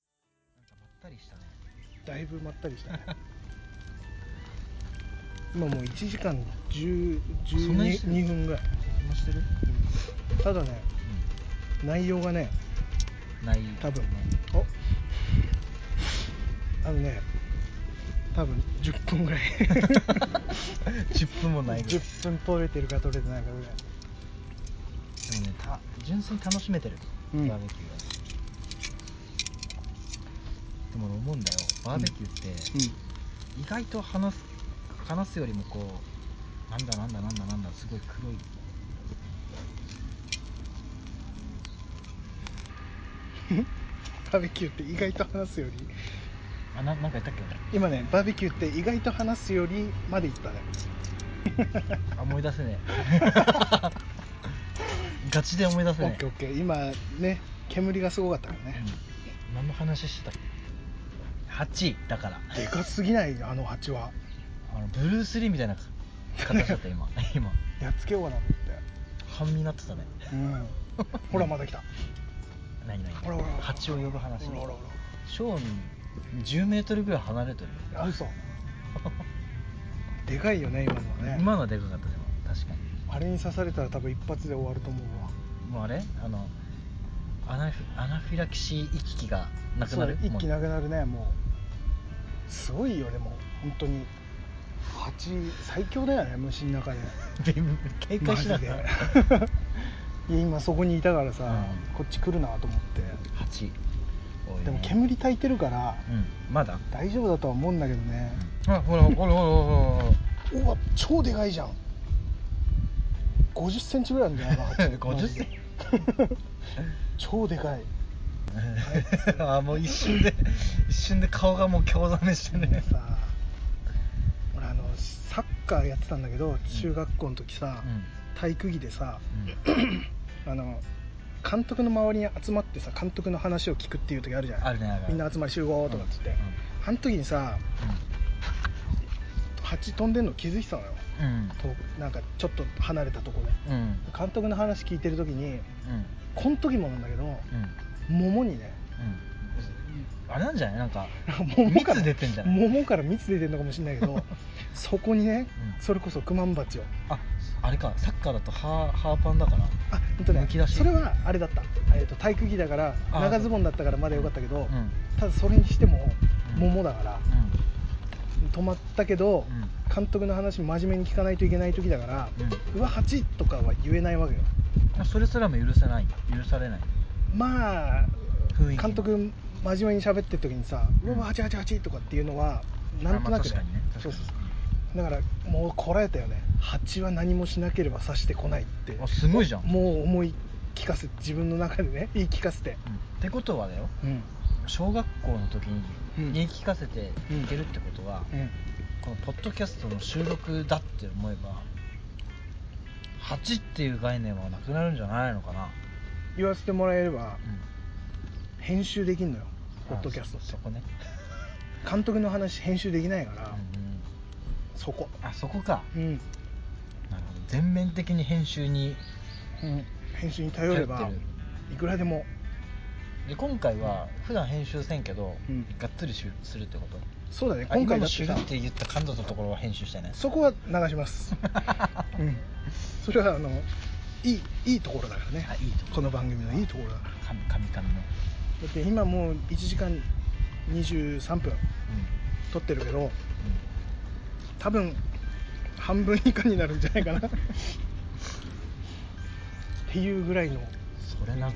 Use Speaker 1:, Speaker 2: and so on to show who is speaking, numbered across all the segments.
Speaker 1: ったりしたね
Speaker 2: だいぶまったりしたね 今もう1時間10
Speaker 1: そんなにしてる
Speaker 2: 12分ぐらい
Speaker 1: そんなしてる、
Speaker 2: ただね内容がね
Speaker 1: うん、ない
Speaker 2: 多分おあのね多分10分 ぐらい
Speaker 1: 10分もないぐらい
Speaker 2: 10分取れてるか取れてないかぐらい
Speaker 1: でもねた純粋に楽しめてる、
Speaker 2: うん
Speaker 1: バーベキューはでも思うんだよバーベキューって、意外と話す話すよりもこうなんだなんだなんだなんだすごい黒い
Speaker 2: うんバーベキューって意外と話すより
Speaker 1: あななんか言ったっけ俺
Speaker 2: 今ねバーベキューって意外と話すよりまでいったね
Speaker 1: あ思い出せ ねえガチで思い出
Speaker 2: オ
Speaker 1: せねえ
Speaker 2: ッケーオッケー今ね煙がすごかったからね、
Speaker 1: うん何の話してたっけ8位だから
Speaker 2: でかすぎないあの蜂は
Speaker 1: あのブルース・リーみたいな形だった今 今
Speaker 2: やっつけようかなと思
Speaker 1: 半身になってたね
Speaker 2: ってうんほらまた来た
Speaker 1: 何何
Speaker 2: ほらほらほら
Speaker 1: 蜂を呼ぶ話
Speaker 2: ほらほらほ
Speaker 1: ショーン10メートルぐらい離れてるよ
Speaker 2: らあ嘘でかいよね今のは ね
Speaker 1: 今のはでかかったでも確かに
Speaker 2: あれに刺されたら多分一発で終わると思うわ
Speaker 1: もうあれあのアナフィアナフィラキシー行き来がなくなる
Speaker 2: そう一気
Speaker 1: も
Speaker 2: なくなるねもうすごいよねもう本当に蜂最強だよね虫の中で
Speaker 1: うで警戒しながら
Speaker 2: いや今そこにいたからさ、
Speaker 1: うん
Speaker 2: こっち来るなと思って
Speaker 1: 8多いね
Speaker 2: でも煙焚いてるから
Speaker 1: うんまだ、
Speaker 2: 大丈夫だとは思うんだけどね、
Speaker 1: あほらほらほらほらほ
Speaker 2: うわ超でかいじゃん5 0センチぐらいあるんじゃないかな
Speaker 1: 50セン
Speaker 2: 超でかい
Speaker 1: ら あもう一瞬 で一瞬で顔がもう興ざめして
Speaker 2: で
Speaker 1: ね
Speaker 2: もさ俺あのサッカーやってたんだけど中学校の時さ、体育着でさ
Speaker 1: うん、
Speaker 2: あの監督の周りに集まってさ監督の話を聞くっていう時あるじゃ
Speaker 1: うん、
Speaker 2: な
Speaker 1: あ
Speaker 2: い
Speaker 1: るねあるある
Speaker 2: みんな集まり集合とかっつって、あの時にさ蜂飛んでんの気づいてたのよ
Speaker 1: うん
Speaker 2: となんかちょっと離れたとこで
Speaker 1: うんうん
Speaker 2: 監督の話聞いてる時に
Speaker 1: うん
Speaker 2: この時もなんだけど
Speaker 1: うん
Speaker 2: 桃にね
Speaker 1: うんあれなんじゃないなんか
Speaker 2: 桃から
Speaker 1: 蜜出てんじゃない
Speaker 2: 桃から蜜出てるのかもしれない けどそこにね
Speaker 1: うん
Speaker 2: それこそクマンバチを
Speaker 1: ああれかサッカーだとハーハーパンだから
Speaker 2: あ本当ね
Speaker 1: むき出し
Speaker 2: それはあれだった、えー、と体育着だから
Speaker 1: あ
Speaker 2: 長ズボンだったからまだよかったけ
Speaker 1: う
Speaker 2: ど、
Speaker 1: んうん
Speaker 2: ただそれにしても
Speaker 1: うん
Speaker 2: 桃だから、止まったけど、監督の話真面目に聞かないといけない時だから、うわ8とかは言えないわけよ
Speaker 1: うんそれすらも許せない許されない
Speaker 2: まあ
Speaker 1: 雰囲気
Speaker 2: 監督真面目に喋ってる時にさ「
Speaker 1: うん
Speaker 2: うわ888」とかっていうのはなんとなく、
Speaker 1: あまあ確かにね確か
Speaker 2: そう
Speaker 1: に
Speaker 2: そうそうだからもうこらえたよね8は何もしなければさしてこないって
Speaker 1: あすごいじゃん、うん、っ
Speaker 2: もう思い聞かせ自分の中でね言い聞かせて
Speaker 1: てことはだよ
Speaker 2: うん
Speaker 1: 小学校の時に
Speaker 2: うん
Speaker 1: 言い聞かせていけるってことは、
Speaker 2: うん
Speaker 1: このポッドキャストの収録だって思えば8っていう概念はなくなるんじゃないのかな、
Speaker 2: 言わせてもらえれば
Speaker 1: うん
Speaker 2: 編集できんのよポッドキャスト
Speaker 1: あそそこね、
Speaker 2: 監督の話編集できないか
Speaker 1: う
Speaker 2: ら、
Speaker 1: んうん
Speaker 2: そこ
Speaker 1: あそこか
Speaker 2: うん、
Speaker 1: なるほど全面的に編集に
Speaker 2: うん、編集に頼れば
Speaker 1: 頼って
Speaker 2: いくらでも
Speaker 1: で今回は普段編集せんけど、
Speaker 2: うん
Speaker 1: がっつりしするってこと
Speaker 2: そうだね
Speaker 1: あ
Speaker 2: 今
Speaker 1: 今
Speaker 2: 回だ
Speaker 1: の
Speaker 2: っ
Speaker 1: シ
Speaker 2: て
Speaker 1: ュル
Speaker 2: さ
Speaker 1: って言った感度のところは編集してね
Speaker 2: そこは流し ます、うん、それはあのいいいいところだからね
Speaker 1: あいいとこ
Speaker 2: この番組のいいところだから
Speaker 1: 神神々の、
Speaker 2: だって今もう1時間23分撮ってるけど多分半分以下になるんじゃないかなっていうぐらいの
Speaker 1: うん、それな、本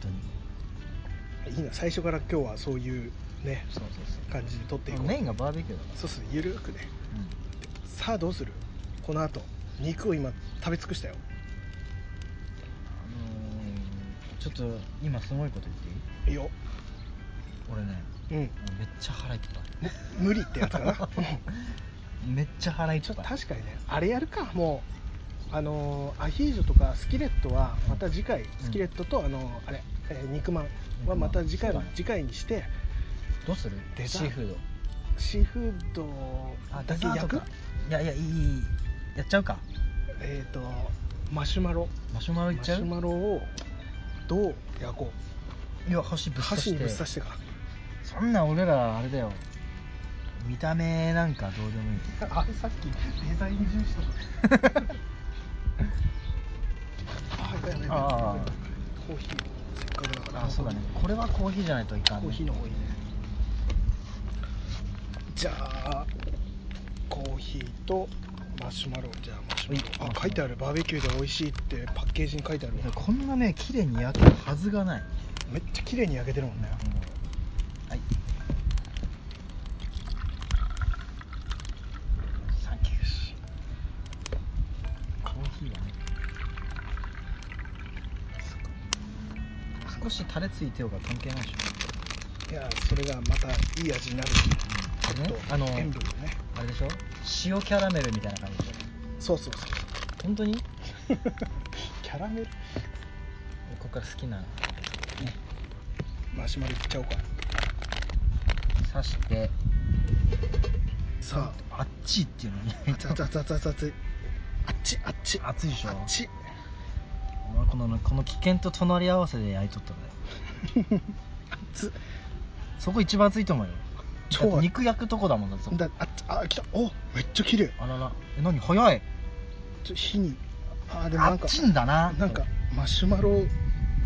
Speaker 1: 当に
Speaker 2: いいな最初から今日はそういうね
Speaker 1: そうそう
Speaker 2: 感じで撮ってい
Speaker 1: そ
Speaker 2: こ
Speaker 1: う
Speaker 2: う
Speaker 1: メインがバーベキューだか
Speaker 2: そうするゆるくね
Speaker 1: ら、うん
Speaker 2: さあどうするこの後肉を今食べ尽くしたよ
Speaker 1: あのー、ちょっと今すごいこと言っていい
Speaker 2: いいよ
Speaker 1: 俺ね
Speaker 2: うん
Speaker 1: めっちゃ腹いっぱい
Speaker 2: 無理ってや つかな
Speaker 1: めっちゃ腹いっ
Speaker 2: ちょっ
Speaker 1: ぱ
Speaker 2: と
Speaker 1: い
Speaker 2: 確かにねあれやるかもうあのーアヒージョとかスキレットはまた次回、スキレットとあのーあれ、えー肉まんはまた次回
Speaker 1: 肉
Speaker 2: の
Speaker 1: まん
Speaker 2: 次回にして
Speaker 1: どうする
Speaker 2: デザ
Speaker 1: シーフード
Speaker 2: シーフードだけ
Speaker 1: デザ
Speaker 2: 焼
Speaker 1: ート
Speaker 2: く
Speaker 1: かいやいやいいやっちゃうか
Speaker 2: えっ、とマシュマロ
Speaker 1: マシュマロいっ
Speaker 2: マ
Speaker 1: ち
Speaker 2: シ
Speaker 1: ゃう
Speaker 2: ュマロをどう焼こ
Speaker 1: いや箸
Speaker 2: う
Speaker 1: ぶっ刺
Speaker 2: 箸
Speaker 1: し
Speaker 2: に
Speaker 1: て
Speaker 2: ぶっ刺してか
Speaker 1: そんな俺らあれだよ見た目なんかどうでもいい
Speaker 2: あれさっきデザイン重視と かあだよね
Speaker 1: ああ
Speaker 2: コーヒーせっかくだから
Speaker 1: あそうだねこれはコーヒーじゃないといかん、ね、
Speaker 2: コーヒーの方がいいねじゃあコーヒーとマシュマロじゃあマシュマ
Speaker 1: は
Speaker 2: ロ
Speaker 1: い
Speaker 2: あ書いてあるバーベキューで美味しいってパッケージに書いてあるわ
Speaker 1: こんなね綺麗に焼けるはずがない、
Speaker 2: めっちゃ綺麗に焼けてるもんね、
Speaker 1: はいサンキューしコーヒーはね少し垂れついてようが関係ないでしょ、
Speaker 2: いやそれがまたいい味になる
Speaker 1: うん
Speaker 2: ちょ
Speaker 1: ね
Speaker 2: っと
Speaker 1: あの
Speaker 2: 塩分をね
Speaker 1: あれでしょ塩キャラメルみたいな感じで
Speaker 2: そうそうそう
Speaker 1: 本当にこ
Speaker 2: キャラメル
Speaker 1: こから好きな
Speaker 2: マシュマロいっちゃおうか
Speaker 1: 刺して
Speaker 2: さ
Speaker 1: あっちっていうのに
Speaker 2: あ熱々熱々熱々熱いあっちあっちあっ
Speaker 1: 熱いでしょ
Speaker 2: ち
Speaker 1: 俺このこの危険と隣り合わせで焼いとったんだよ
Speaker 2: 熱っ
Speaker 1: そこ一番熱いと思うよ
Speaker 2: 超熱い
Speaker 1: だって肉焼くとこだもんだぞ
Speaker 2: だあっちあ来たおめっちゃ綺麗
Speaker 1: あららえ何早い
Speaker 2: ちょ火にあでも
Speaker 1: あ
Speaker 2: なん
Speaker 1: っ
Speaker 2: か
Speaker 1: ちんだな
Speaker 2: なんかマシュマロ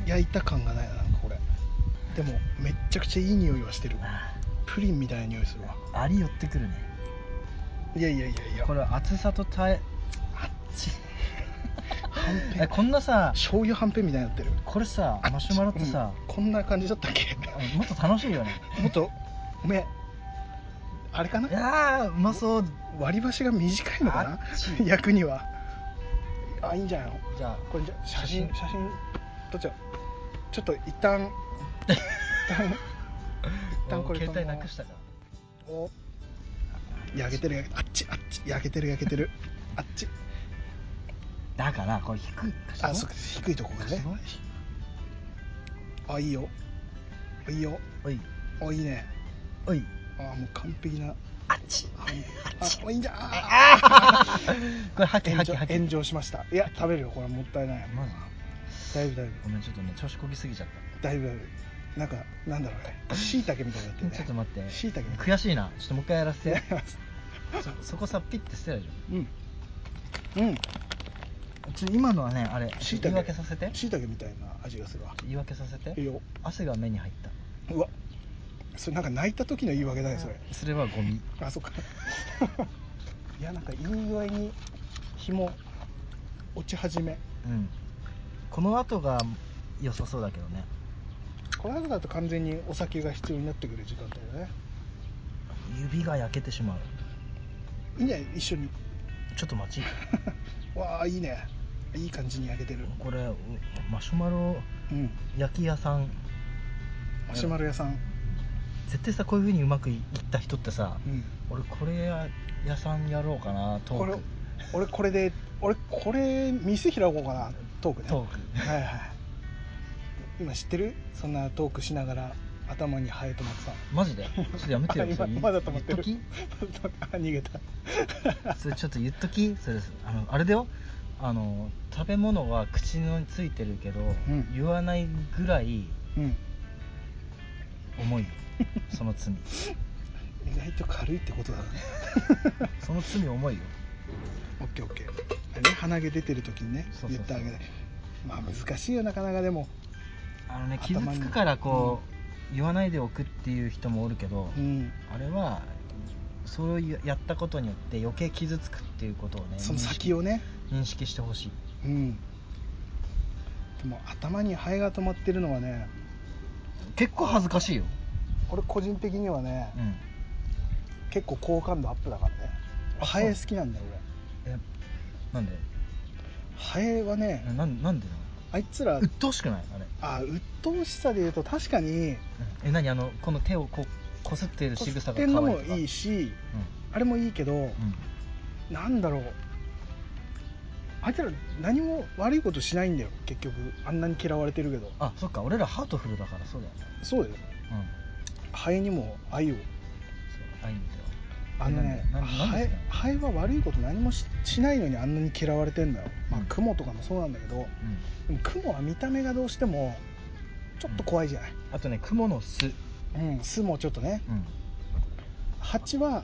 Speaker 2: 焼いた感がないななんかこれでもめっちゃくちゃいい匂いはしてる
Speaker 1: あ
Speaker 2: プリンみたいな匂いするわ
Speaker 1: あり寄ってくるね
Speaker 2: いやいやいやいや
Speaker 1: これ厚さと耐えあっち
Speaker 2: はん ぺ
Speaker 1: え
Speaker 2: ん
Speaker 1: こんなさ
Speaker 2: 醤油はんぺんみたいになってる
Speaker 1: これさマシュマロってさ
Speaker 2: うんこんな感じだったっけ
Speaker 1: うんもっと楽しいよね
Speaker 2: もっとごめんあれかない
Speaker 1: やーうまそう
Speaker 2: 割り箸が短いのか
Speaker 1: あ
Speaker 2: な
Speaker 1: っち
Speaker 2: 焼くにはあいいんじゃないの
Speaker 1: じゃあ
Speaker 2: これじゃ写真
Speaker 1: 写真
Speaker 2: 写真撮っちゃおうちょっと一 旦一旦一旦これ
Speaker 1: 携帯なくしたから
Speaker 2: お焼けてる焼けあっちあっち焼けてる焼けてるあっち
Speaker 1: だからこれ低い
Speaker 2: あそうか低いとこがね
Speaker 1: すごい
Speaker 2: あいいよいいよ
Speaker 1: おい
Speaker 2: あいいね
Speaker 1: おい
Speaker 2: あもう完璧な
Speaker 1: あっ ち
Speaker 2: ああいいんじゃんあ
Speaker 1: これハキ
Speaker 2: 炎
Speaker 1: ハキ
Speaker 2: 上
Speaker 1: ハキ
Speaker 2: 炎上しましたいや食べるよこれもったいない
Speaker 1: まず
Speaker 2: だいぶだいぶ
Speaker 1: ごめんちょっとね調子こぎすぎちゃった
Speaker 2: だいぶだいぶなんかなんだろうねしいたけみたいになってるね
Speaker 1: ちょっと待って
Speaker 2: しいたけみたい
Speaker 1: 悔しいなちょっともう一回やらせ
Speaker 2: になって てます
Speaker 1: そそこさピッて捨てないじ
Speaker 2: うんうん
Speaker 1: ゃんちょ今のはねあれ
Speaker 2: しいた
Speaker 1: 言い
Speaker 2: け
Speaker 1: 訳させて
Speaker 2: しいたけみたいな味がするわ
Speaker 1: 言い訳させ
Speaker 2: いい
Speaker 1: て
Speaker 2: よ
Speaker 1: 汗が目に入った
Speaker 2: うわそれなんか泣いた時の言い訳だねそれ
Speaker 1: それはゴミ
Speaker 2: あそっかいやなんかいい具合に日も落ち始め
Speaker 1: うんこの後が良さそうだけどね
Speaker 2: この後だと完全にお酒が必要になってくる時間だよね
Speaker 1: 指が焼けてしまう
Speaker 2: いいね一緒に
Speaker 1: ちょっと待ち
Speaker 2: わあいいねいい感じに焼けてる
Speaker 1: これうマシュマロ
Speaker 2: うん
Speaker 1: 焼き屋さん
Speaker 2: マシュマロ屋さん
Speaker 1: 絶対さこういう風にうまくいった人ってさ
Speaker 2: うん
Speaker 1: 俺これや屋さんやろうかなト
Speaker 2: こ
Speaker 1: ー
Speaker 2: れ
Speaker 1: ク
Speaker 2: 俺これで俺これ店開こうかなトークね
Speaker 1: トーク
Speaker 2: はいはい今知ってるそんなトークしながら頭にハエ止まってた
Speaker 1: マジでちょっとやめてよ
Speaker 2: 今
Speaker 1: それ
Speaker 2: まだ止まってる
Speaker 1: 言っと
Speaker 2: あ逃げた
Speaker 1: きそれちょっと言っときそれあのあれだよあの食べ物は口についてるけど、
Speaker 2: ん
Speaker 1: 言わないぐらい
Speaker 2: うん
Speaker 1: 重いよその 罪
Speaker 2: 意外と軽いってことだね
Speaker 1: その罪重いよ
Speaker 2: オッケーオッケーね鼻毛出てる時にね
Speaker 1: そうそうそう
Speaker 2: 言ってあげないまあ難しいよなかなかでも
Speaker 1: あのね傷
Speaker 2: 頭に
Speaker 1: つくからこう、言わないでおくっていう人もおるけど、
Speaker 2: うん
Speaker 1: あれはそれをやったことによって余計傷つくっていうことをね
Speaker 2: その先をね
Speaker 1: 認識認識してほしい
Speaker 2: うんでも頭にハエが止まってるのはね
Speaker 1: 結構恥ずかしいよ、
Speaker 2: 俺個人的にはね
Speaker 1: うん、
Speaker 2: 結構好感度アップだからね
Speaker 1: あ
Speaker 2: ハエ好きなんだよ
Speaker 1: えなんで
Speaker 2: 俺ハエはね
Speaker 1: ななんなんでなの
Speaker 2: あい つら
Speaker 1: 鬱陶しくないあれ、
Speaker 2: あ鬱陶しさで言うと確かに
Speaker 1: え何あのこの手をこうこすってる
Speaker 2: こ
Speaker 1: 仕
Speaker 2: す
Speaker 1: 草
Speaker 2: っ
Speaker 1: が可
Speaker 2: て
Speaker 1: 愛
Speaker 2: ん
Speaker 1: い
Speaker 2: の
Speaker 1: とか
Speaker 2: もいいしあれもいいけど、
Speaker 1: うんうん
Speaker 2: なんだろうあいつら何も悪いことしないんだよ結局あんなに嫌われてるけど
Speaker 1: あそっか俺らハートフルだからそうだよね
Speaker 2: そうだよ
Speaker 1: うん
Speaker 2: ハエにも愛を
Speaker 1: そう愛にては
Speaker 2: あのね
Speaker 1: なんでなん
Speaker 2: ハ
Speaker 1: で
Speaker 2: エハエは悪いこと何もししないのにあんなに嫌われてんだよ、まあ
Speaker 1: うん、
Speaker 2: クモとかもそうなんだけど
Speaker 1: うん
Speaker 2: でもクモは見た目がどうしてもちょっと怖いじゃない、
Speaker 1: あとね蜘蛛の巣
Speaker 2: うん、酢もちょっとね
Speaker 1: うんうん
Speaker 2: 蜂は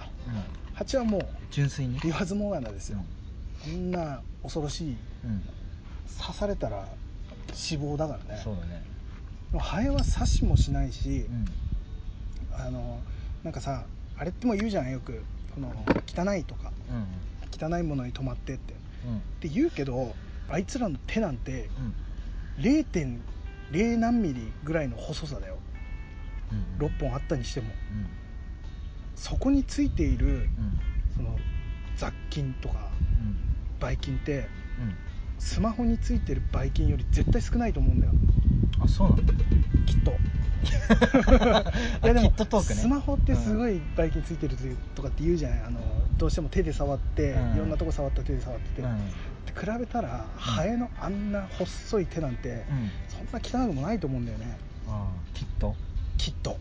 Speaker 2: 蜂はもう
Speaker 1: 純粋に
Speaker 2: 言わずもがなですよ、こんな恐ろしい
Speaker 1: うん、うん
Speaker 2: 刺されたら死亡だからね
Speaker 1: そうだね
Speaker 2: でもハエは刺しもしないし
Speaker 1: う、ん
Speaker 2: あのなんかさあれっても言うじゃんよくこの汚いとか
Speaker 1: うん
Speaker 2: 汚いものに止まってってっ
Speaker 1: うん
Speaker 2: て言うけどあいつらの手なんて
Speaker 1: うん
Speaker 2: 0.0何ミリぐらいの細さだよ
Speaker 1: うん
Speaker 2: 6本あったにしても
Speaker 1: うん
Speaker 2: そこについている
Speaker 1: うん
Speaker 2: その雑菌とか
Speaker 1: うん
Speaker 2: ばい菌って
Speaker 1: うん
Speaker 2: スマホについてるばい菌より絶対少ないと思うんだよ
Speaker 1: あそうなんだ
Speaker 2: きっと
Speaker 1: あきっとトークね
Speaker 2: スマホってすごいばい菌ついてるとかって言うじゃないあのどうしても手で触って、
Speaker 1: うん
Speaker 2: いろんなとこ触った手で触ってて、
Speaker 1: うんうん
Speaker 2: って比べたら、ハエのあんな細い手なんて、そんな汚くもないと思うんだよね
Speaker 1: あーきっと
Speaker 2: きっと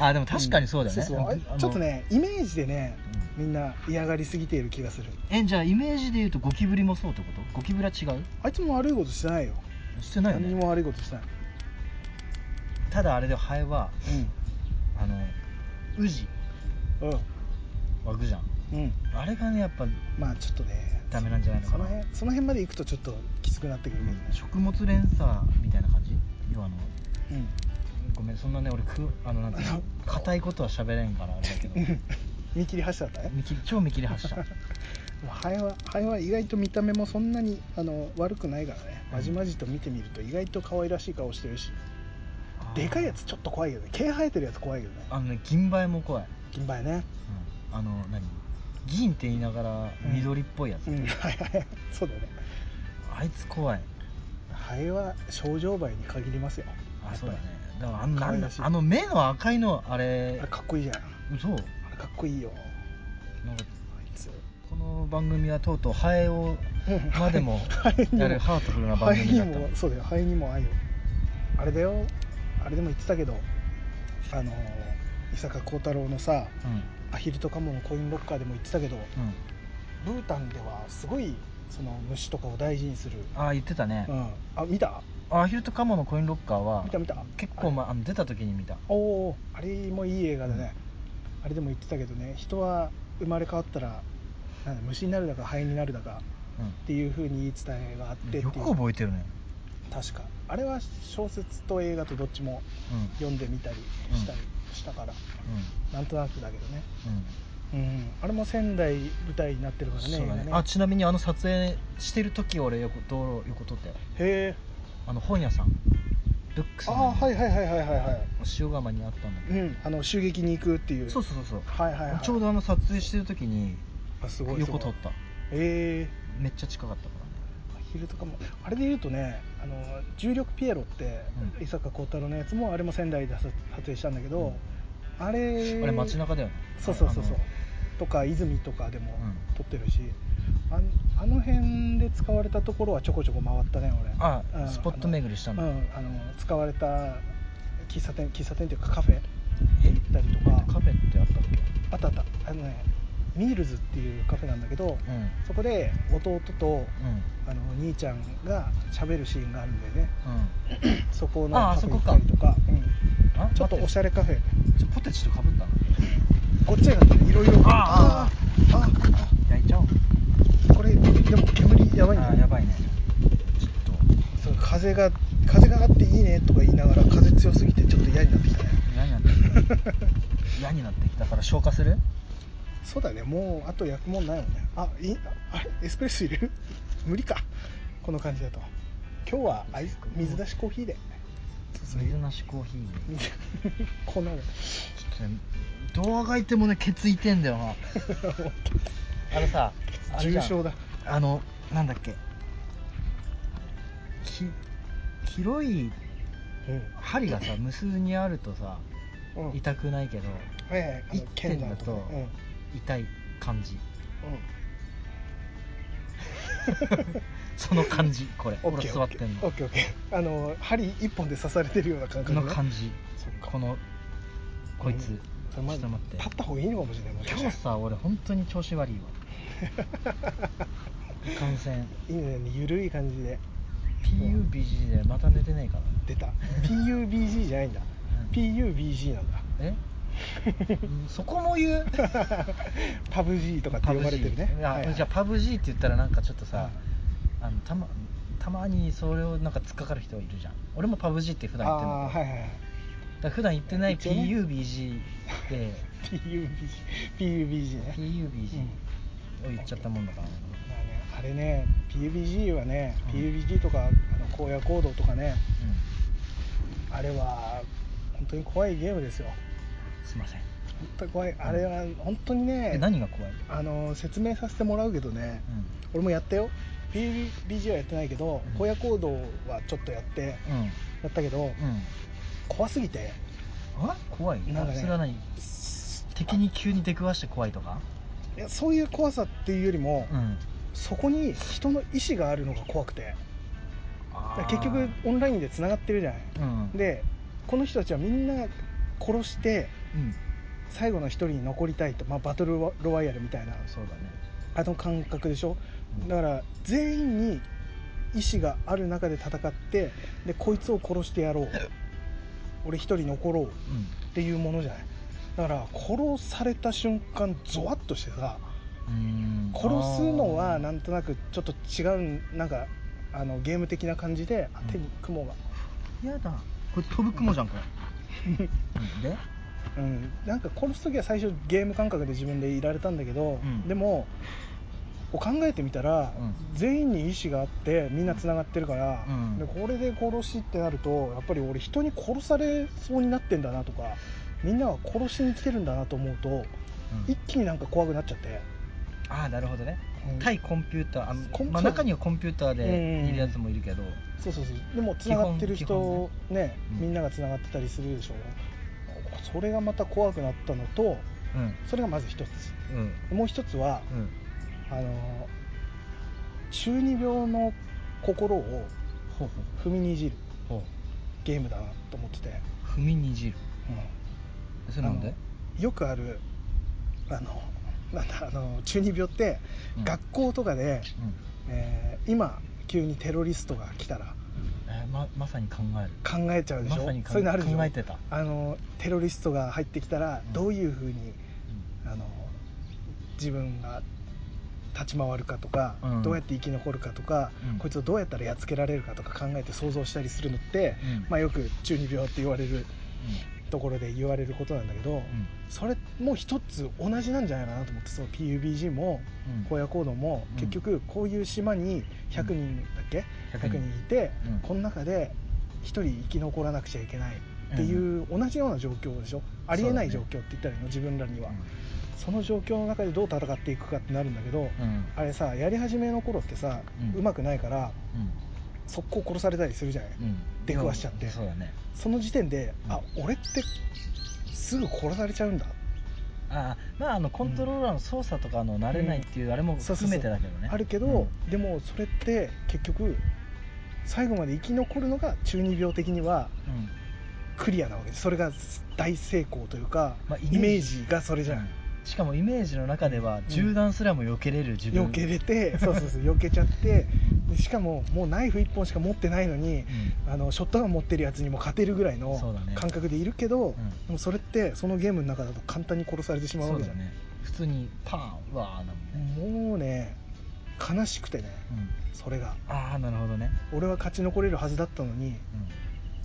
Speaker 1: あでも確かにそうだよね、
Speaker 2: んそうそう
Speaker 1: あの
Speaker 2: ちょっとねイメージでね
Speaker 1: うん
Speaker 2: みんな嫌がりすぎている気がする
Speaker 1: えじゃあイメージで言うとゴキブリもそうってことゴキブリは違う
Speaker 2: あいつも悪いことしてないよ
Speaker 1: してないよ
Speaker 2: 何に
Speaker 1: ね
Speaker 2: も悪いことしてない、
Speaker 1: ただあれでハエはあのウジ
Speaker 2: うんうん
Speaker 1: 湧くじゃん
Speaker 2: うん
Speaker 1: あれがねやっぱ
Speaker 2: まあちょっとね
Speaker 1: ダメなんじゃないの
Speaker 2: そ
Speaker 1: か
Speaker 2: の
Speaker 1: な
Speaker 2: 辺その辺まで行くとちょっときつくなってくるけどね、
Speaker 1: 食物連鎖みたいな感じ要はあの
Speaker 2: うん
Speaker 1: ごめんそんなね俺くあのなんていう
Speaker 2: あ
Speaker 1: の
Speaker 2: の
Speaker 1: 硬いことは喋れんからあれだ けど
Speaker 2: 見切り発車だったね
Speaker 1: 見切り超見切り発車
Speaker 2: でもハエはハエは意外と見た目もそんなにあの悪くないからねまじまじと見てみると意外と可愛らしい顔してるし でかいやつちょっと怖いよね毛生えてるやつ怖いよね
Speaker 1: あのね銀バエも怖い、
Speaker 2: 金バエね
Speaker 1: うん、あの何銀って言いながら
Speaker 2: うん
Speaker 1: 緑っぽいやつ、
Speaker 2: う んはいはいそうだよね
Speaker 1: あいつ怖い
Speaker 2: ハエは症状バエに限りますよ
Speaker 1: あ
Speaker 2: やっぱ
Speaker 1: そう
Speaker 2: り
Speaker 1: だねだからあのなん
Speaker 2: 可愛
Speaker 1: だ
Speaker 2: らしい
Speaker 1: あの目の赤いのあ
Speaker 2: あ
Speaker 1: れ
Speaker 2: れかっこいいじゃんあ
Speaker 1: 嘘なんか
Speaker 2: れかっこいいよあいつ
Speaker 1: この番組はとうとうハエを までも
Speaker 2: ハエにも
Speaker 1: やるハートフルな
Speaker 2: ハ
Speaker 1: 番
Speaker 2: エ
Speaker 1: 組
Speaker 2: に
Speaker 1: だった
Speaker 2: もそうだよハエにも愛をあれだよあれでも言ってたけどあの伊坂幸太郎のさ
Speaker 1: うん
Speaker 2: アヒルとカモのコインロッカーでも言ってたけど
Speaker 1: うん
Speaker 2: ブータンではすごいその虫とかを大事にする、
Speaker 1: ああ言ってたね
Speaker 2: うん、あ見た
Speaker 1: アヒルとカモのコインロッカーは
Speaker 2: 見た見た
Speaker 1: 結構、ま、あの出た時に見た
Speaker 2: おおーあれもいい映画だね、あれでも言ってたけどね人は生まれ変わったらなんだ虫になるだかハエになるだか
Speaker 1: う
Speaker 2: っていうふうに言い伝えがあってってい
Speaker 1: ん
Speaker 2: う
Speaker 1: よく覚えてるね
Speaker 2: 確かあれは小説と映画とどっちも
Speaker 1: うんうん
Speaker 2: 読んでみたりしたりしたから、なんとなくだけどね、
Speaker 1: うん
Speaker 2: うん、あれも仙台舞台になってるからね
Speaker 1: そうだ
Speaker 2: 映
Speaker 1: ね
Speaker 2: 画
Speaker 1: あちなみにあの撮影してる時俺横道路横通ったよ
Speaker 2: へえ
Speaker 1: あの本屋さんブックス
Speaker 2: あ
Speaker 1: の
Speaker 2: あはいはいはいはいはいはい
Speaker 1: 塩釜にあったんだけ
Speaker 2: うん、あの襲撃に行くっていう
Speaker 1: どそうそうそうそう
Speaker 2: はいはいはい
Speaker 1: ちょうどあの撮影してる時に
Speaker 2: あすごいすご
Speaker 1: 横
Speaker 2: い
Speaker 1: 通った
Speaker 2: え
Speaker 1: めっちゃ近かったからね
Speaker 2: え昼とかもあれで言うとねあの重力ピエロって、
Speaker 1: うん
Speaker 2: 伊坂幸太郎のやつもあれも仙台で撮影したんだけど、あれ
Speaker 1: あれ街中だよね
Speaker 2: そうそうそうそう
Speaker 1: あの
Speaker 2: とか泉とかでも
Speaker 1: うん
Speaker 2: 撮ってるし、あんあの辺で使われたところはちょこちょこ回ったね俺
Speaker 1: あ
Speaker 2: うん
Speaker 1: スポット巡りしたんだ
Speaker 2: あのうんあの使われた喫茶店喫茶店っていうかカフェ行ったりとか
Speaker 1: カフェってあったっ
Speaker 2: あったあったあのねミールズっていうカフェなんだけど
Speaker 1: けうん
Speaker 2: そこで弟と
Speaker 1: うん
Speaker 2: あの兄ちゃんが喋るシーンがあるんだよね
Speaker 1: うん
Speaker 2: そこの
Speaker 1: あ
Speaker 2: カ
Speaker 1: あ
Speaker 2: フ
Speaker 1: そ
Speaker 2: ェ
Speaker 1: こ
Speaker 2: 行っ
Speaker 1: か
Speaker 2: たりとかうん
Speaker 1: あ
Speaker 2: ちょっとおしゃれカフェ
Speaker 1: ちょポテチとかぶったの
Speaker 2: こっちだったねいろいろ
Speaker 1: あ
Speaker 2: あああ
Speaker 1: 焼いちゃおう
Speaker 2: あこれでも煙やばい
Speaker 1: あ
Speaker 2: ん
Speaker 1: や
Speaker 2: だ
Speaker 1: ばいねちょっと
Speaker 2: そう風が風があっていいねとか言いながら風強すぎてちょっと嫌になってきたね
Speaker 1: 嫌になってきた嫌になってきたから消化する
Speaker 2: そうだねもうあと焼くもんないもんねあいあれエスプレッソ入れる 無理かこの感じだと今日はアイス水出しコーヒーで
Speaker 1: 水なしコーヒーに
Speaker 2: 水 こうなる
Speaker 1: ちょっとねどうがいてもねケツいてんだよなあのさあれじ
Speaker 2: 重
Speaker 1: ゃん
Speaker 2: 症だ
Speaker 1: あのなんだっけき広い
Speaker 2: うん
Speaker 1: 針がさ無数にあるとさ
Speaker 2: うんはい
Speaker 1: 痛くないけど
Speaker 2: はいあの
Speaker 1: 一点
Speaker 2: 剣
Speaker 1: だ
Speaker 2: だ
Speaker 1: と
Speaker 2: とかね
Speaker 1: 痛い感じ
Speaker 2: うんうん
Speaker 1: その感じこれ
Speaker 2: オッ
Speaker 1: 俺
Speaker 2: ケー
Speaker 1: 座ってん
Speaker 2: オ
Speaker 1: の
Speaker 2: ッケーオッケーオッケーあの針一本で刺されてるような感覚
Speaker 1: の
Speaker 2: ね
Speaker 1: 感じ
Speaker 2: そっか
Speaker 1: このこいつ、
Speaker 2: うんそれま
Speaker 1: ちょっと待って
Speaker 2: 立った方がいいのかもしれないもしか
Speaker 1: 今日
Speaker 2: したら
Speaker 1: さ俺本当に調子悪いわいかんせん
Speaker 2: いいねゆるい感じで
Speaker 1: PUBG でまた寝てないから
Speaker 2: 出た PUBG じゃないんだ
Speaker 1: う
Speaker 2: PUBG なんだ
Speaker 1: えうんそこも言う
Speaker 2: パブ G とかって呼ばれてるね
Speaker 1: いや
Speaker 2: はいはい
Speaker 1: じゃあパブ G って言ったらなんかちょっとさ、あのたまたまにそれをなんか突っかかる人がいるじゃん俺もパブ G って普段言ってるん
Speaker 2: あ
Speaker 1: だ
Speaker 2: ー
Speaker 1: けど、
Speaker 2: はいはいはい
Speaker 1: だから普段言ってない
Speaker 2: 一応ね
Speaker 1: PUBG で
Speaker 2: PUBG PUBG ね
Speaker 1: PUBG を言っちゃったもんだから、ね
Speaker 2: まあねあれね PUBG はね、
Speaker 1: うん
Speaker 2: PUBG とかあの荒野行動とかねあれは本当に怖いゲームですよ
Speaker 1: うん、すいません
Speaker 2: 本当に怖いあれは本当にね、
Speaker 1: え何が怖い、
Speaker 2: あの説明させてもらうけどね、
Speaker 1: う
Speaker 2: 俺もやったよ PUBG はやってないけど
Speaker 1: うん
Speaker 2: 荒野行動はちょっとやって
Speaker 1: んうん
Speaker 2: やったけど、
Speaker 1: うん
Speaker 2: 怖すぎて
Speaker 1: あ怖い
Speaker 2: なんかね
Speaker 1: それは何敵に急に出くわして怖いとか
Speaker 2: いやそういう怖さっていうよりも、
Speaker 1: うん
Speaker 2: そこに人の意思があるのが怖くてだから結局オンラインでつながってるじゃない
Speaker 1: うん
Speaker 2: でこの人たちはみんな殺して
Speaker 1: うん
Speaker 2: 最後の一人に残りたいと、まあ、バトルロワイヤルみたいな
Speaker 1: そうだね
Speaker 2: あの感覚でしょ
Speaker 1: うん
Speaker 2: だから全員に意志がある中で戦ってでこいつを殺してやろう俺一人残ろうっていうものじゃないだから殺された瞬間ゾワッとしてさ
Speaker 1: うん
Speaker 2: 殺すのは
Speaker 1: あ
Speaker 2: なんとなくちょっと違うなんかあのゲーム的な感じであ手に雲が、
Speaker 1: ーやだこれ飛ぶ雲じゃんこ れ、うん、で
Speaker 2: うん、なんか殺す時は最初ゲーム感覚で自分でいられたんだけど、
Speaker 1: うん
Speaker 2: でもこう考えてみたら、
Speaker 1: う
Speaker 2: 全員に意思があってみんなつながってるから、
Speaker 1: うん
Speaker 2: でこれで殺しってなるとやっぱり俺人に殺されそうになってんだなとかみんなは殺しに来てるんだなと思うと
Speaker 1: うん
Speaker 2: 一気になんか怖くなっちゃって、
Speaker 1: ああなるほどね
Speaker 2: うん
Speaker 1: 対コンピューターあの
Speaker 2: コン
Speaker 1: まあ、中にはコンピューターでいるやつもいるけど、
Speaker 2: そうそうそうでもつながってる
Speaker 1: 基本
Speaker 2: 人ね
Speaker 1: うん
Speaker 2: みんながつながってたりするでしょそれがまた怖くなったのと
Speaker 1: うん
Speaker 2: それがまず一つ
Speaker 1: うん
Speaker 2: もう一つは
Speaker 1: うん
Speaker 2: あの中二病の心を
Speaker 1: ほう
Speaker 2: 踏みにじる
Speaker 1: ほうほ
Speaker 2: ゲームだなと思ってて、
Speaker 1: う踏みにじるそれなんで
Speaker 2: うんよくあるあのなんだあの中二病って、
Speaker 1: うん
Speaker 2: 学校とかで、
Speaker 1: うん
Speaker 2: えー今急にテロリストが来たら
Speaker 1: えーままさに考える
Speaker 2: 考えちゃうでし
Speaker 1: ま
Speaker 2: ょ、
Speaker 1: さに考え
Speaker 2: そういうのあるでしょ
Speaker 1: 考えてた、
Speaker 2: あのテロリストが入ってきたら
Speaker 1: うん
Speaker 2: どういうふうに、
Speaker 1: う
Speaker 2: あの自分が立ち回るかとか、
Speaker 1: うん
Speaker 2: どうやって生き残るんだとか、
Speaker 1: うん
Speaker 2: こいつをどうやったらやっつけられるかとか考えて想像したりするのって、
Speaker 1: うん
Speaker 2: まあ、よく中二病って言われる
Speaker 1: ん
Speaker 2: ところで言われることなんだけど、
Speaker 1: うん
Speaker 2: それも一つ同じなんじゃないかなと思ってその PUBG も
Speaker 1: うん
Speaker 2: 荒野行動も
Speaker 1: うん
Speaker 2: 結局こういう島に100人だっけ、
Speaker 1: 100
Speaker 2: 100
Speaker 1: 人
Speaker 2: 人いて、
Speaker 1: うん
Speaker 2: この中で1人生き残らなくちゃいけないっていう同じような状況でしょ、ありえない
Speaker 1: そ
Speaker 2: 状
Speaker 1: う
Speaker 2: 況
Speaker 1: だね
Speaker 2: って言ったらいいの自分らには、その状況の中でどう戦っていくかってなるんだけど、
Speaker 1: うんうん
Speaker 2: あれさやり始めの頃ってさ、
Speaker 1: う
Speaker 2: うんまくないから
Speaker 1: う
Speaker 2: 速攻殺されたりするじゃない、
Speaker 1: んうん
Speaker 2: 出くわしちゃって
Speaker 1: そうだね
Speaker 2: その時点で、
Speaker 1: うん
Speaker 2: あ俺ってすぐ殺されちゃうんだ
Speaker 1: あーまああのコントローラーの操作とかの慣れないっていうあれも
Speaker 2: そうそう
Speaker 1: 含
Speaker 2: そう
Speaker 1: めてだけどね
Speaker 2: あるけど、
Speaker 1: うん
Speaker 2: でもそれって結局最後まで生き残るのが中二病的には
Speaker 1: うん
Speaker 2: クリアなわけですそれが大成功というか、
Speaker 1: まあイメージ
Speaker 2: イメージがそれじゃない、
Speaker 1: しかもイメージの中では銃弾すらも避けれる自分
Speaker 2: 避けれてそうそうそう避けちゃってでしかももうナイフ1本しか持ってないのに
Speaker 1: う
Speaker 2: あのショットガン持ってるやつにも勝てるぐらいの
Speaker 1: そうだね
Speaker 2: 感覚でいるけど、
Speaker 1: ん
Speaker 2: でもそれってそのゲームの中だと簡単に殺されてしまう
Speaker 1: そ
Speaker 2: わ
Speaker 1: う
Speaker 2: け
Speaker 1: だ
Speaker 2: じゃん、
Speaker 1: ね普通にパーンうわーだもんね、
Speaker 2: もうね悲しくてね
Speaker 1: うん、
Speaker 2: それが
Speaker 1: ああなるほどね、
Speaker 2: 俺は勝ち残れるはずだったのに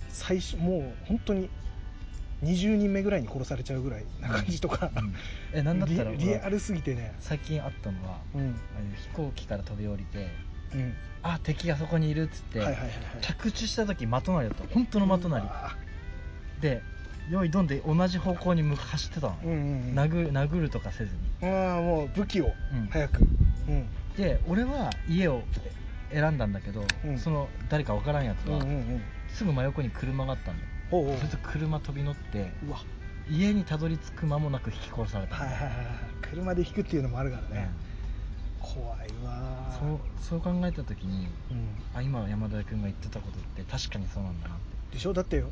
Speaker 2: 最初もう本当に20人目ぐらいに殺されちゃうぐらいな感じとか、
Speaker 1: うんうん、えなんだったら
Speaker 2: リリア
Speaker 1: 俺
Speaker 2: ルすぎてね
Speaker 1: 最近あったのは
Speaker 2: うん
Speaker 1: あの飛行機から飛び降りて
Speaker 2: うん
Speaker 1: あ敵がそこにいるっつって、
Speaker 2: はいはいはいはい
Speaker 1: 着地した時的なりだった本当の的なり
Speaker 2: うわ
Speaker 1: でよいどんで同じ方向に向か走ってたの、
Speaker 2: ーうんうんうん
Speaker 1: 殴る殴るとかせずに、
Speaker 2: ああもう武器を
Speaker 1: うん
Speaker 2: 早くうん
Speaker 1: で俺は家を選んだんだけど、
Speaker 2: うん
Speaker 1: その誰かわからんやつ
Speaker 2: うん
Speaker 1: は、
Speaker 2: うんうん
Speaker 1: すぐ真横に車があったんだよ
Speaker 2: ほうほう
Speaker 1: それと車飛び乗って
Speaker 2: うわ
Speaker 1: 家にたどり着く間もなく引き殺されたん
Speaker 2: はい
Speaker 1: だ
Speaker 2: はい
Speaker 1: よ、
Speaker 2: はいはい車で引くっていうのもあるからね、
Speaker 1: う
Speaker 2: 怖いわ
Speaker 1: んそうそう考えた時に
Speaker 2: うん
Speaker 1: あ今山田君が言ってたことって確かにそうなんだなって
Speaker 2: でしょだってよ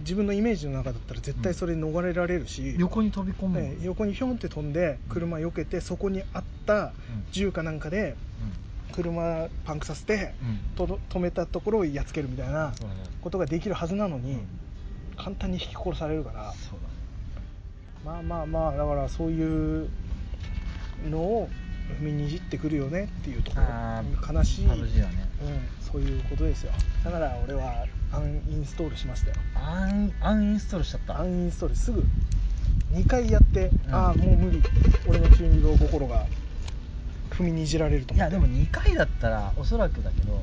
Speaker 2: 自分のイメージの中だったら絶対それ逃れられるし、
Speaker 1: 横に飛び込む、
Speaker 2: ね、横にひょんって飛んで車避けてそこにあった銃かなんかで車パンクさせて
Speaker 1: うんうん
Speaker 2: とど止めたところをやっつけるみたいな
Speaker 1: そうだね
Speaker 2: ことができるはずなのに、
Speaker 1: うん
Speaker 2: 簡単に引き殺されるから
Speaker 1: そうだね
Speaker 2: まあまあまあだからそういうのを踏みにじってくるよねっていうとこ
Speaker 1: あ
Speaker 2: ろ
Speaker 1: ー
Speaker 2: 悲しい、う
Speaker 1: パ
Speaker 2: ん
Speaker 1: ブ G だね、
Speaker 2: そういうことですよだから俺はアンインストールしましたよ
Speaker 1: アンアンインストールしちゃった
Speaker 2: アンインストールすぐ2回やって、
Speaker 1: うん
Speaker 2: ああもう無理俺の中二病心が踏みにじられると
Speaker 1: い
Speaker 2: 思っ
Speaker 1: や
Speaker 2: て
Speaker 1: でも2回だったらおそらくだけど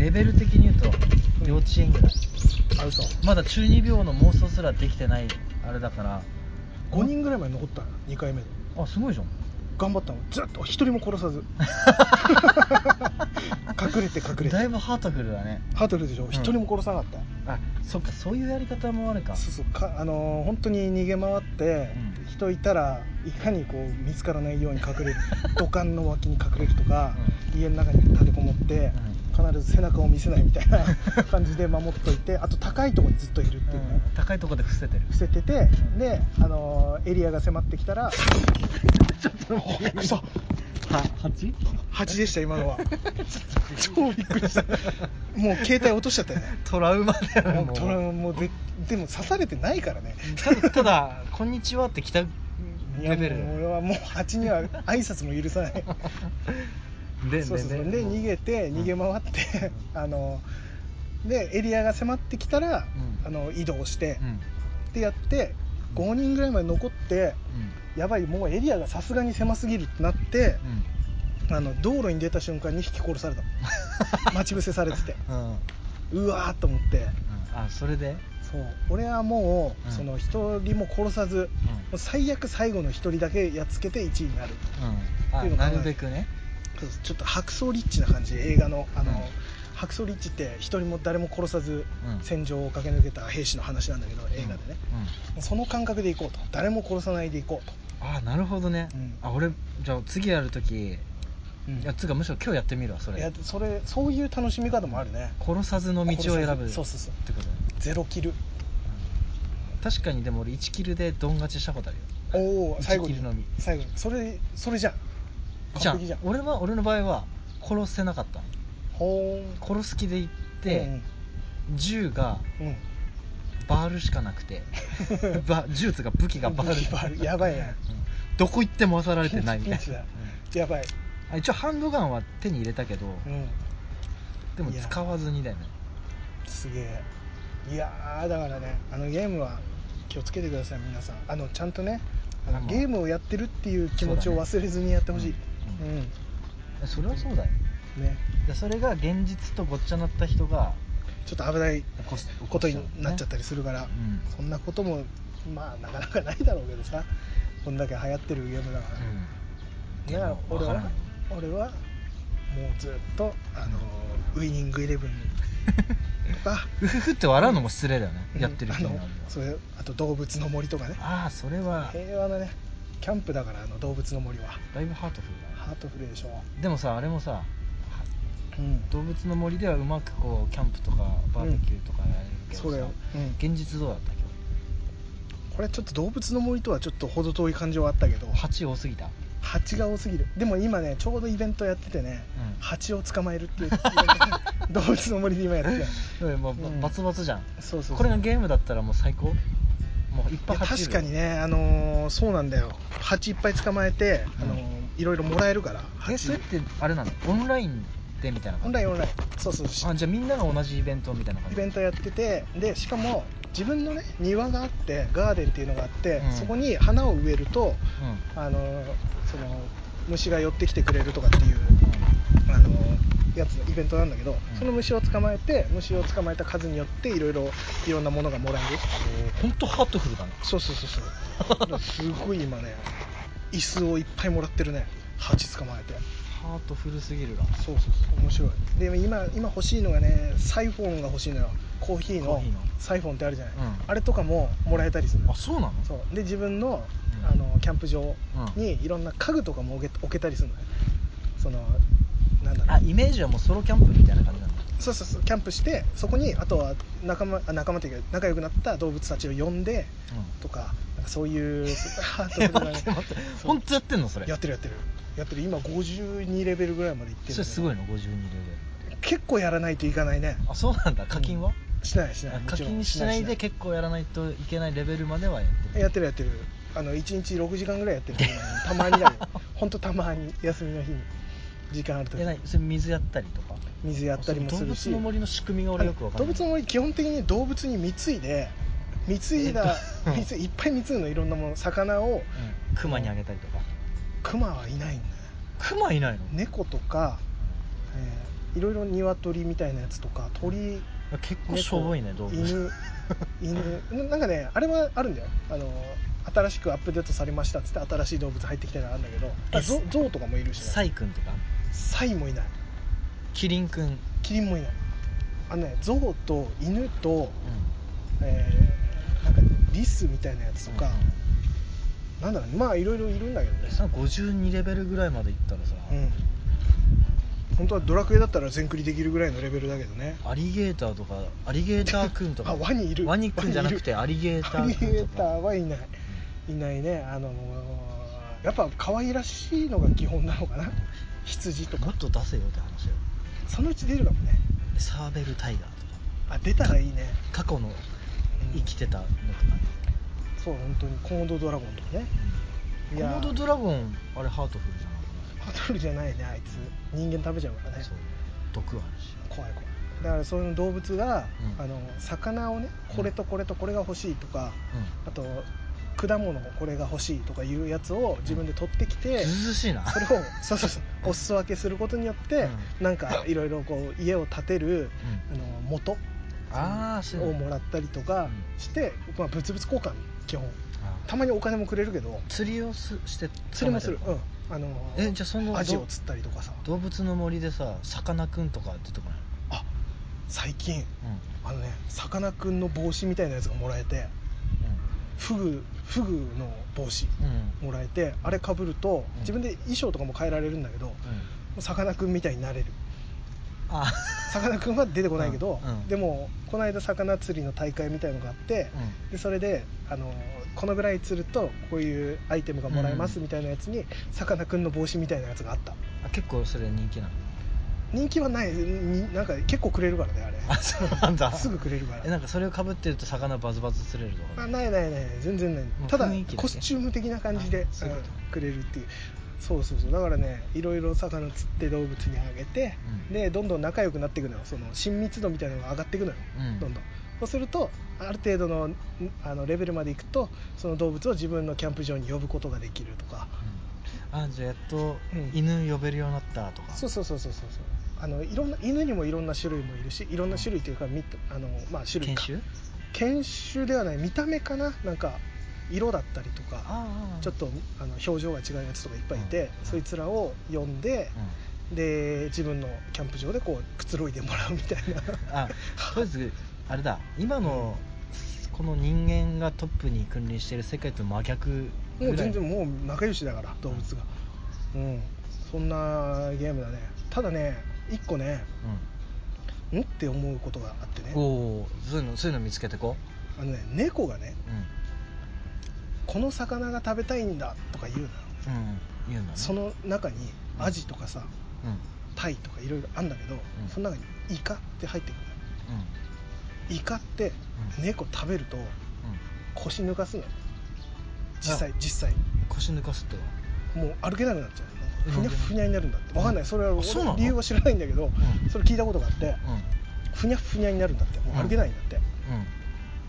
Speaker 1: レベル的に言うと
Speaker 2: うん
Speaker 1: 幼稚園ぐらい、
Speaker 2: あ嘘
Speaker 1: まだ中二病の妄想すらできてないあれだから
Speaker 2: 5人ぐらいまで残ったの2回目で
Speaker 1: あすごいじゃん
Speaker 2: 頑張ったのずっと一人も殺 さず隠れて隠れて
Speaker 1: だいぶハートフルだね
Speaker 2: ハートルでしょ
Speaker 1: ん
Speaker 2: 一人も殺さなかった、
Speaker 1: あそっかそういうやり方もあるか
Speaker 2: そうそうかあのー本当に逃げ回って、
Speaker 1: うん
Speaker 2: 人いたらいかにこう見つからないように隠れ る土管の脇に隠れるとか、家の中に立てこもって、必ず背中を見せないみたいな 感じで守っといてあと高いところにずっといるっていう
Speaker 1: う
Speaker 2: ね
Speaker 1: ん、高いとこで伏せてる
Speaker 2: 伏せてて、
Speaker 1: うん
Speaker 2: で、あのーエリアが迫ってきたら嘘
Speaker 1: は八？
Speaker 2: 蜂でした今のは 超びっくりしたもう携帯落としちゃったよね
Speaker 1: トラウマだよね
Speaker 2: もうト
Speaker 1: マ
Speaker 2: ラウマもうぜでも刺されてないからね
Speaker 1: ただただ「こんにちは」って来た
Speaker 2: いや
Speaker 1: レベル
Speaker 2: もう俺はもう蜂には挨拶も許さない
Speaker 1: で
Speaker 2: そうそうそうで逃げて
Speaker 1: うん
Speaker 2: 逃げ回って、 あのでエリアが迫ってきたら、
Speaker 1: うん
Speaker 2: あの移動して
Speaker 1: う、ん
Speaker 2: ってやって5人ぐらいまで残ってやばいもうエリアがさすがに狭すぎるってなって
Speaker 1: うんうん
Speaker 2: あの道路に出た瞬間に引き殺され たの待ち伏せされてて
Speaker 1: うんうん
Speaker 2: うわーっと思って
Speaker 1: あそれで
Speaker 2: そう俺はもう、
Speaker 1: うん
Speaker 2: その1人も殺さず
Speaker 1: うん
Speaker 2: もう最悪最後の1人だけやっつけて1位になる
Speaker 1: うん
Speaker 2: っ
Speaker 1: あ
Speaker 2: ていうのか
Speaker 1: な
Speaker 2: な
Speaker 1: るべくね
Speaker 2: そうちょっと白草リッチな感じ映画のあの、
Speaker 1: うん
Speaker 2: 白草リッチって一人も誰も殺さず
Speaker 1: うん
Speaker 2: 戦場を駆け抜けた兵士の話なんだけど映画でね、
Speaker 1: うん
Speaker 2: その感覚でいこうと誰も殺さないでいこうと、
Speaker 1: あなるほどね
Speaker 2: うん
Speaker 1: あ俺じゃあ次やるときい
Speaker 2: い
Speaker 1: やつうかむしろ今日やってみるわそ
Speaker 2: や
Speaker 1: れ
Speaker 2: それそういう楽しみ方もあるね
Speaker 1: 殺さずの道を選ぶ
Speaker 2: 殺さずそうそうそう
Speaker 1: ってことね
Speaker 2: ゼロキル
Speaker 1: うん確かにでも俺1キルでドン勝ちしたことあるよ
Speaker 2: おお最後
Speaker 1: 一
Speaker 2: に
Speaker 1: キルのみ
Speaker 2: 最後にそれそれじゃん
Speaker 1: じゃ
Speaker 2: 完璧じゃ
Speaker 1: あ
Speaker 2: ん
Speaker 1: 俺は俺の場合は殺せなかったの
Speaker 2: ほーん
Speaker 1: 殺す気で行って、銃が
Speaker 2: うんうん
Speaker 1: バールしかなく てば銃とか武器がバール
Speaker 2: バルやばいやん
Speaker 1: うんどこ行っても漁られてないみたい
Speaker 2: ピンチ
Speaker 1: な
Speaker 2: だやばい、
Speaker 1: うんあ一応ハンドガンは手に入れたけど、
Speaker 2: うん、
Speaker 1: でも使わずにだよね
Speaker 2: すげえいやーだからねあのゲームは気をつけてください皆さんあのちゃんとねあ
Speaker 1: あ
Speaker 2: の
Speaker 1: の
Speaker 2: ゲームをやってるっていう気持ち
Speaker 1: そ
Speaker 2: を
Speaker 1: うだね
Speaker 2: 忘れずにやってほしい
Speaker 1: うん
Speaker 2: うん、
Speaker 1: それはそうだよ
Speaker 2: ね
Speaker 1: でそれが現実とごっちゃになった人が
Speaker 2: ちょっと危ない
Speaker 1: 起こす起
Speaker 2: こ
Speaker 1: しち
Speaker 2: と
Speaker 1: ゃう
Speaker 2: に
Speaker 1: んだよね
Speaker 2: なっちゃったりするから、
Speaker 1: うん
Speaker 2: そんなこともまあなかなかないだろうけどさこんだけ流行ってるゲームだから、
Speaker 1: うん
Speaker 2: だから
Speaker 1: でも
Speaker 2: 俺
Speaker 1: わから
Speaker 2: は
Speaker 1: んよ
Speaker 2: 俺はもうずっとあのウイニングイレブンとか
Speaker 1: うふふって笑うのも失礼だよね、やってる人に
Speaker 2: うんあ
Speaker 1: は
Speaker 2: のそれあと動物の森とかね
Speaker 1: ああそれは
Speaker 2: 平和なねキャンプだからあの動物の森は
Speaker 1: だいぶハートフルだな
Speaker 2: ハートフルでしょ
Speaker 1: でもさあれもさ
Speaker 2: うん
Speaker 1: 動物の森ではうまくこうキャンプとかバーベキューとかやれるけどさ、
Speaker 2: そうだよ、うん、
Speaker 1: 現実どうだった今
Speaker 2: これちょっと動物の森とはちょっと程遠い感じはあったけど
Speaker 1: 日蜂多すぎた
Speaker 2: 蜂が多すぎるでも今ねちょうどイベントやっててね、
Speaker 1: うん
Speaker 2: 蜂を捕まえるっていう 動物の森で今やってて
Speaker 1: いやもう、
Speaker 2: うん
Speaker 1: バツバツじゃん
Speaker 2: そうそうそう
Speaker 1: これがゲームだったらもう最高もういっぱい
Speaker 2: いや
Speaker 1: 蜂い
Speaker 2: 確
Speaker 1: る
Speaker 2: かにね、あのーそうなんだよ蜂いっぱい捕まえて、あのーいろいろもらえるから
Speaker 1: えそ
Speaker 2: 蜂
Speaker 1: れってあれなのオンラインでみたいな
Speaker 2: オ
Speaker 1: 感じ
Speaker 2: ンラインオンラインそうそうし
Speaker 1: あじゃあみんなが同じイベントみたいな感
Speaker 2: イ
Speaker 1: じ
Speaker 2: ベントやっててでしかも自分のね庭があってガーデンっていうのがあって、
Speaker 1: うん
Speaker 2: そこに花を植えると
Speaker 1: うん、うん
Speaker 2: あのその虫が寄ってきてくれるとかっていうあのやつのイベントなんだけど、
Speaker 1: ん
Speaker 2: その虫を捕まえて虫を捕まえた数によっていろいろいろんなものがもらえる
Speaker 1: 本当ハートフルだね
Speaker 2: そうそうそうそう だからすごい今ね椅子をいっぱいもらってるね蜂捕まえて
Speaker 1: ハートフルすぎるな
Speaker 2: そうそうそう面白いで今今欲しいのがねサイフォンが欲しいのよコーヒー
Speaker 1: コー
Speaker 2: の
Speaker 1: ヒーの
Speaker 2: サイフォンってあるじゃない、
Speaker 1: うん
Speaker 2: あれとかももらえたりする
Speaker 1: あそうなの
Speaker 2: そうで自分の,、
Speaker 1: うん
Speaker 2: あのキャンプ場にいろんな家具とかも置け置けたりするのねそのなんだろ
Speaker 1: あ
Speaker 2: う
Speaker 1: イメージはもうソロキャンプみたいな感じなんだ
Speaker 2: そうそうそうキャンプしてそこにあとは仲間あ仲間というか仲良くなった動物たちを呼んでとかなんかそういうハートフルなね
Speaker 1: 待って 待って
Speaker 2: そう
Speaker 1: 本当やってんのそれ
Speaker 2: やってるやってるやってる今52レベルぐらいまでいってる
Speaker 1: それすご
Speaker 2: い
Speaker 1: いの52レベル
Speaker 2: 結構やらないといかないね
Speaker 1: あそうなんだ課金は、
Speaker 2: しないしないも
Speaker 1: 課
Speaker 2: ちろん
Speaker 1: 金しないで
Speaker 2: し
Speaker 1: 結構やらないといけないレベルまではやってる
Speaker 2: ないやってるやってるあの1日6時間ぐらいやってるたまに だよ本当たまに休みの日に時間あると
Speaker 1: え何それ水やったりとか
Speaker 2: 水やったりもするし
Speaker 1: あその動物の森の仕組みが俺よくわかん
Speaker 2: 動
Speaker 1: ない
Speaker 2: 物の森基本的に動物に貢いで貢いだ
Speaker 1: えっと
Speaker 2: 貢いいっぱい貢いのいろんなもの魚を
Speaker 1: うん熊にあげたりとか
Speaker 2: 熊はいないんだよ
Speaker 1: 熊いないの、
Speaker 2: 猫とか、えーいろいろ鶏みたいなやつとか鳥
Speaker 1: 結構しょぼいね動
Speaker 2: 猫
Speaker 1: 物
Speaker 2: 犬犬 なんかねあれはあるんだよあの新しくアップデートされましたっつって新しい動物入ってきたのがあるんだけど
Speaker 1: え
Speaker 2: あゾウゾウとかもいるし、ね、
Speaker 1: サイくんとか
Speaker 2: サイもいない
Speaker 1: キリンくん、うん、
Speaker 2: キリンもいないあのねゾウと犬と、えーなんかリスみたいなやつとか、なんだろうねまあいろいろいるんだけどね
Speaker 1: えさ52レベルぐらいまでいったらさ、
Speaker 2: うん本当はドラクエだったら全クリできるぐらいのレベルだけどね
Speaker 1: アリゲーターとかアリゲーターくんとか
Speaker 2: あワニいる
Speaker 1: ワニくんじゃなくてアリゲータ
Speaker 2: アリ
Speaker 1: ーくん
Speaker 2: ゲ
Speaker 1: と
Speaker 2: ーター
Speaker 1: か
Speaker 2: はいないいないねあのーやっぱ可愛らしいのが基本なのかな羊と
Speaker 1: も
Speaker 2: か
Speaker 1: っと出せよって話よ
Speaker 2: そのうち出るかもね
Speaker 1: サーベルタイガーとか
Speaker 2: あ出たらいいね、
Speaker 1: 過去の
Speaker 2: うん
Speaker 1: 生きてたのとかね、
Speaker 2: そう本当にコモドドラゴンとかね
Speaker 1: うん
Speaker 2: い
Speaker 1: コ
Speaker 2: や
Speaker 1: モドドラゴンあれハートフルじゃなく
Speaker 2: ハトルじゃないねあいつ人間食べちゃうから
Speaker 1: ない
Speaker 2: ね
Speaker 1: そう毒あるし
Speaker 2: 怖い怖いだからその動物が、
Speaker 1: うん
Speaker 2: あの魚をねこれとこれとこれが欲しいとか、あと果物もこれが欲しいとかいうやつを自分で取ってきて、
Speaker 1: ずうずうしいな
Speaker 2: それをそうそうそうお裾分けすることによって、なんかいろいろこう家を建てるあの元
Speaker 1: ああそういう
Speaker 2: を
Speaker 1: の
Speaker 2: もらったりとかして、まあ、物々交換基本
Speaker 1: あー
Speaker 2: たまにお金もくれるけど
Speaker 1: 釣りをすして
Speaker 2: 釣りもする
Speaker 1: 捕まえ
Speaker 2: うん
Speaker 1: たり
Speaker 2: あの
Speaker 1: えじゃあその
Speaker 2: アジ
Speaker 1: ど
Speaker 2: を釣ったりとかさ
Speaker 1: とか動物の森でささかなクンとか出てこない
Speaker 2: あ最近
Speaker 1: うん
Speaker 2: あのねさかなクンの帽子みたいなやつがもらえてフグフグの帽子
Speaker 1: うんうん
Speaker 2: もらえてあれかぶると
Speaker 1: うん
Speaker 2: 自分で衣装とかも変えられるんだけども
Speaker 1: うん
Speaker 2: うさかなクンみたいになれる
Speaker 1: あ
Speaker 2: さかなクンは出てこないけど、
Speaker 1: うんうん
Speaker 2: でもこの間魚釣りの大会みたいのがあって、
Speaker 1: う
Speaker 2: でそれであのこのぐらい釣るとこういうアイテムがもらえます
Speaker 1: うん
Speaker 2: みたいなやつにさかなクンの帽子みたいなやつがあった
Speaker 1: んあ結構それ人気なの
Speaker 2: 人気はないになんか結構くれるからね
Speaker 1: あそうなん
Speaker 2: あ
Speaker 1: だ
Speaker 2: れすぐくれるか
Speaker 1: え
Speaker 2: ら
Speaker 1: なんかそれをかぶってると魚バズバズ釣れると
Speaker 2: あ
Speaker 1: か
Speaker 2: ないないない全然ない
Speaker 1: もう
Speaker 2: ただ
Speaker 1: 雰囲気だけ
Speaker 2: コスチューム的な感じで
Speaker 1: あそういうこと
Speaker 2: うんくれるっていうそうそうそうだからねいろいろ魚釣って動物にあげて、
Speaker 1: うん
Speaker 2: でどんどん仲良くなっていくのよその親密度みたいなのが上がっていくのよ、
Speaker 1: うん
Speaker 2: どんどんそうするとある程度のんあのレベルまでいくとその動物を自分のキャンプ場に呼ぶことができるとか
Speaker 1: うんあじゃあやっと
Speaker 2: うん
Speaker 1: 犬呼べるようになったとか
Speaker 2: そうそうそうそうそうそうあのいろんな犬にもいろんな種類もいるしいろんな種類というか、みあのまあ、種
Speaker 1: 研
Speaker 2: 類か
Speaker 1: 修
Speaker 2: 犬種ではない見た目かななんか色だったりとか
Speaker 1: あ
Speaker 2: ちょっとあの表情が違うやつとかいっぱいいて、
Speaker 1: うん
Speaker 2: そいつらを呼んで、で自分のキャンプ場でこうくつろいでもらうみたいな
Speaker 1: あとりあえずあれだ今のこの人間がトップに君臨している世界と真逆ぐらい
Speaker 2: もう全然もう仲良しだから動物がうんそんなゲームだねただね一個ねんって思うことがあって
Speaker 1: うん、
Speaker 2: ね
Speaker 1: おおそういうのそういうの見つけてこ
Speaker 2: あのね猫がね
Speaker 1: うう
Speaker 2: この魚が食べたいんだとか言うのよ
Speaker 1: んうん言うんだね
Speaker 2: その中にアジとかさ
Speaker 1: うんうん
Speaker 2: タイとかいろいろあんだけど、
Speaker 1: ん
Speaker 2: その中にイカって入ってくるのイカって
Speaker 1: うん
Speaker 2: 猫食べると
Speaker 1: う
Speaker 2: 腰抜かすの実際
Speaker 1: あ
Speaker 2: 実際
Speaker 1: ん腰抜かすっては
Speaker 2: もう歩けなくなっちゃう
Speaker 1: うん
Speaker 2: ふにゃふにゃになるんだってわかんないそれは
Speaker 1: あそうなの
Speaker 2: 理由は知らないんだけど、
Speaker 1: うん
Speaker 2: それ聞いたことがあって
Speaker 1: う
Speaker 2: ふにゃふにゃになるんだってもう歩けないんだって、
Speaker 1: んうん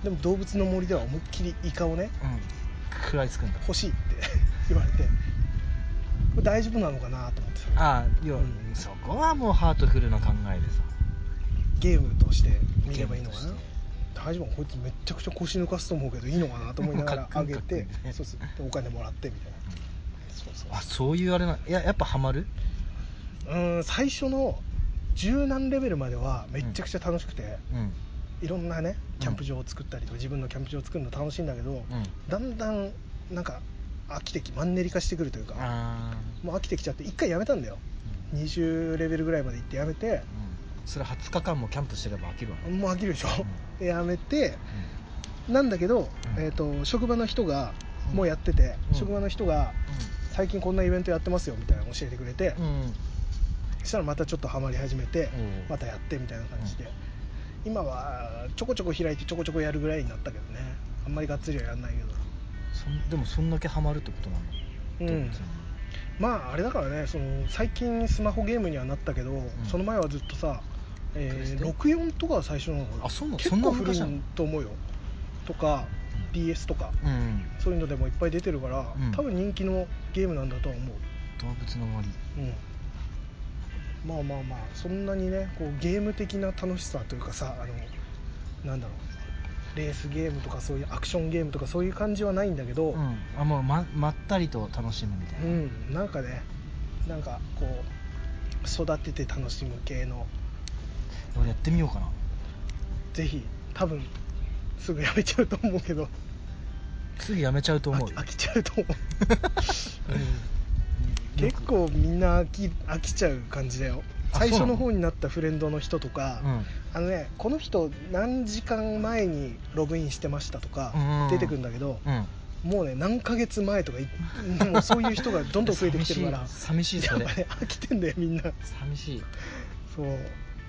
Speaker 2: でも動物の森では思いっきりイカをね
Speaker 1: うん食らいつくんだ
Speaker 2: 欲しいって 言われてこれ大丈夫なのかなと思ってさ
Speaker 1: ああ要は、
Speaker 2: うん
Speaker 1: そこはもうハートフルな考えでさ
Speaker 2: ゲームとして見ればいいのか
Speaker 1: ゲー
Speaker 2: な
Speaker 1: ムとして
Speaker 2: 大丈夫こいつめっちゃくちゃ腰抜かすと思うけどいいのかなと思いながら
Speaker 1: かっ
Speaker 2: あ
Speaker 1: こいい
Speaker 2: げて
Speaker 1: かっこいいね
Speaker 2: そうそうでお金もらってみたいな、そうそう
Speaker 1: あそういうあれないややっぱハマる
Speaker 2: うーん最初の柔軟レベルまではめっちゃくちゃ楽しくて、
Speaker 1: うん
Speaker 2: いろんなね
Speaker 1: ん
Speaker 2: キャンプ場を作ったりとか自分のキャンプ場を作るの楽しいんだけど、
Speaker 1: うん
Speaker 2: だんだんなんか飽きてきマンネリ化してくるというか
Speaker 1: ああ
Speaker 2: もう飽きてきちゃって一回やめたんだよ
Speaker 1: うん
Speaker 2: 20レベルぐらいまで行ってやめて
Speaker 1: うんそれ20日間もキャンプしてれば飽きるわね
Speaker 2: もう飽きるでしょ、
Speaker 1: うん
Speaker 2: でやめてなんだけど、えー、と職場の人がもうやってて、
Speaker 1: うん
Speaker 2: 職場の人が最近こんなイベントやってますよみたいなの教えてくれて、
Speaker 1: うんうん
Speaker 2: そしたらまたちょっとハマり始めて、
Speaker 1: うん
Speaker 2: またやってみたいな感じで、今はちょこちょこ開いてちょこちょこやるぐらいになったけどねあんまりがっつりはやんないけど
Speaker 1: そんでもそんだけハマるってことなんだ
Speaker 2: うん
Speaker 1: 動物に
Speaker 2: まああれだからねその最近スマホゲームにはなったけど、その前はずっとさ、
Speaker 1: プレ
Speaker 2: え
Speaker 1: ス
Speaker 2: ー、
Speaker 1: テ
Speaker 2: 64とかが最初なのかな
Speaker 1: あそうなの
Speaker 2: 結
Speaker 1: そんな
Speaker 2: 構古
Speaker 1: 昔
Speaker 2: い
Speaker 1: なの
Speaker 2: と思うよとか DS とか
Speaker 1: うん
Speaker 2: そういうのでもいっぱい出てるから、
Speaker 1: うん
Speaker 2: 多分人気のゲームなんだとは思う
Speaker 1: 動物の森
Speaker 2: うんまあまあまあそんなにねこうゲーム的な楽しさというかさあのなんだろうレースゲームとかそういうアクションゲームとかそういう感じはないんだけど、
Speaker 1: うんあもうままったりと楽しむみたいな
Speaker 2: うん、なんかねなんかこう育てて楽しむ系の
Speaker 1: 俺やってみようかな
Speaker 2: ぜひ多分すぐやめちゃうと思うけど
Speaker 1: すぐやめちゃうと思う
Speaker 2: 飽き飽きちゃうと 思う、うん結構みんな飽き飽きちゃう感じだよ
Speaker 1: あ
Speaker 2: 最初
Speaker 1: そうな
Speaker 2: の
Speaker 1: の
Speaker 2: 方になったフレンドの人とか、
Speaker 1: うん
Speaker 2: あのねこの人何時間前にログインしてましたと
Speaker 1: う
Speaker 2: か
Speaker 1: ん
Speaker 2: 出てくるんだけど、
Speaker 1: うん
Speaker 2: もうね何ヶ月前とかいもうそういう人がどんどん増えてきてるから
Speaker 1: 寂しい
Speaker 2: や
Speaker 1: 寂
Speaker 2: っ
Speaker 1: しい
Speaker 2: ぱ
Speaker 1: それ
Speaker 2: ね飽きてんだよみんな
Speaker 1: 寂しい
Speaker 2: そう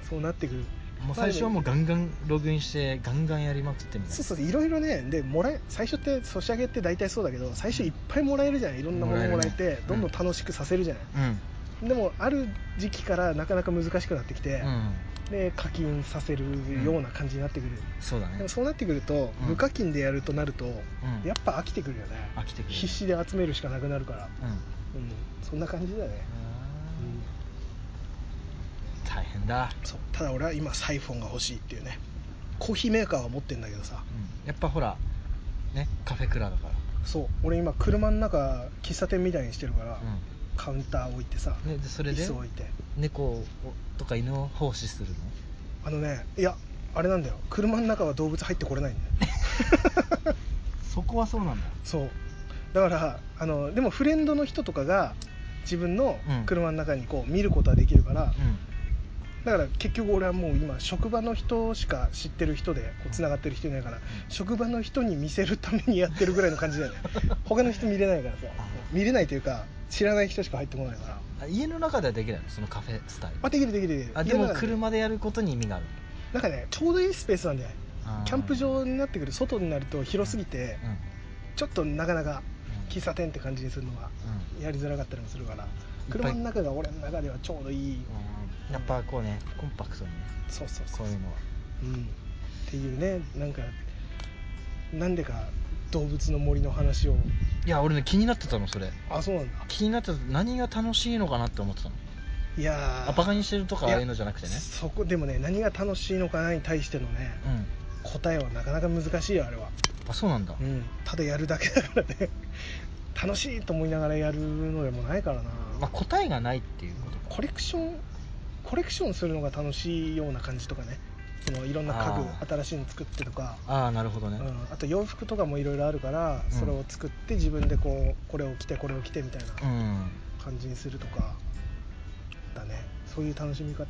Speaker 2: そうなってくる
Speaker 1: もう最初はもうガンガンログインしてガンガンやりまくってみたいな
Speaker 2: そうそういろいろねでもらえ最初ってソシャゲって大体そうだけど最初いっぱいもらえるじゃないいろんなものも
Speaker 1: もら
Speaker 2: らえ
Speaker 1: えるね
Speaker 2: てどんどん楽しくさせるじゃない、
Speaker 1: うん
Speaker 2: でもある時期からなかなか難しくなってきて、
Speaker 1: うん
Speaker 2: で課金させるような感じになってくる、
Speaker 1: そうだね
Speaker 2: でもそうなってくると
Speaker 1: うん
Speaker 2: 無課金でやるとなると、
Speaker 1: うん
Speaker 2: やっぱ飽きてくるよね
Speaker 1: 飽きてくる
Speaker 2: 必死で集めるしかなくなるから、
Speaker 1: うん
Speaker 2: うん、そんな感じだね、うん
Speaker 1: 大変だ、
Speaker 2: そうただ俺は今サイフォンが欲しいっていうねコーヒーメーカーは持ってんだけどさ
Speaker 1: うん、やっぱほらねカフェクラだか
Speaker 2: そう俺今車の中喫茶店みたいにしてるから、
Speaker 1: ら、
Speaker 2: カウンター置いてさ、
Speaker 1: うんね、でそれ
Speaker 2: 椅
Speaker 1: で
Speaker 2: 子置いて
Speaker 1: 猫をとか犬を奉仕するの
Speaker 2: あのねいやあれなんだよ車の中は動物入ってこれないんだよ
Speaker 1: そこはそうなんだ
Speaker 2: そうだからあのでもフレンドの人とかが自分の
Speaker 1: うん
Speaker 2: 車の中にこう見ることはできるから、
Speaker 1: う
Speaker 2: だから結局俺はもう今職場の人しか知ってる人でつながってる人いないから、職場の人に見せるためにやってるぐらいの感 じだよね他の人見れないからさ
Speaker 1: あ
Speaker 2: 見れないというか知らない人しか入ってこないから
Speaker 1: んあ家の中ではできないのそのカフェスタイル
Speaker 2: あできるできるできる
Speaker 1: あで
Speaker 2: 家
Speaker 1: も
Speaker 2: の中
Speaker 1: 車でやることに意味がある
Speaker 2: なんかねちょうどいいスペースなんだよ
Speaker 1: あー
Speaker 2: キャンプ場になってくる外になると広すぎて
Speaker 1: うんうん
Speaker 2: ちょっとなかなか
Speaker 1: うん
Speaker 2: 喫茶店って感じにするのがやりづらかったりもするから車の中が俺の中ではちょうどいい
Speaker 1: うんやっぱこうねコンパクトにね
Speaker 2: そうそうそ
Speaker 1: こ
Speaker 2: う
Speaker 1: ういうのは
Speaker 2: うんっていうねなんかなんでか動物の森の話を
Speaker 1: いや俺ね気になってたのそれ
Speaker 2: あそうなんだ
Speaker 1: 気になってた何が楽しいのかなって思ってたの
Speaker 2: いやー
Speaker 1: あバカにしてるとか
Speaker 2: いや
Speaker 1: ああいうのじゃなくてね
Speaker 2: そこでもね何が楽しいのかなに対してのね
Speaker 1: うん
Speaker 2: 答えはなかなか難しいよあれは
Speaker 1: あそうなんだ
Speaker 2: うんただやるだけだからね 楽しいと思いながらやるのでもないからな
Speaker 1: まあ、答えがないっていうこと
Speaker 2: コレクションコレクションするのが楽しいような感じとかねそのいろんな家
Speaker 1: あ
Speaker 2: 具
Speaker 1: ー
Speaker 2: 新しいの作ってとか
Speaker 1: ああなるほどね、
Speaker 2: うん、あと洋服とかもいろいろあるから、
Speaker 1: うん
Speaker 2: それを作って自分でこうこれを着てこれを着てみたいな
Speaker 1: うん、
Speaker 2: 感じにするとかだねそういう楽しみ方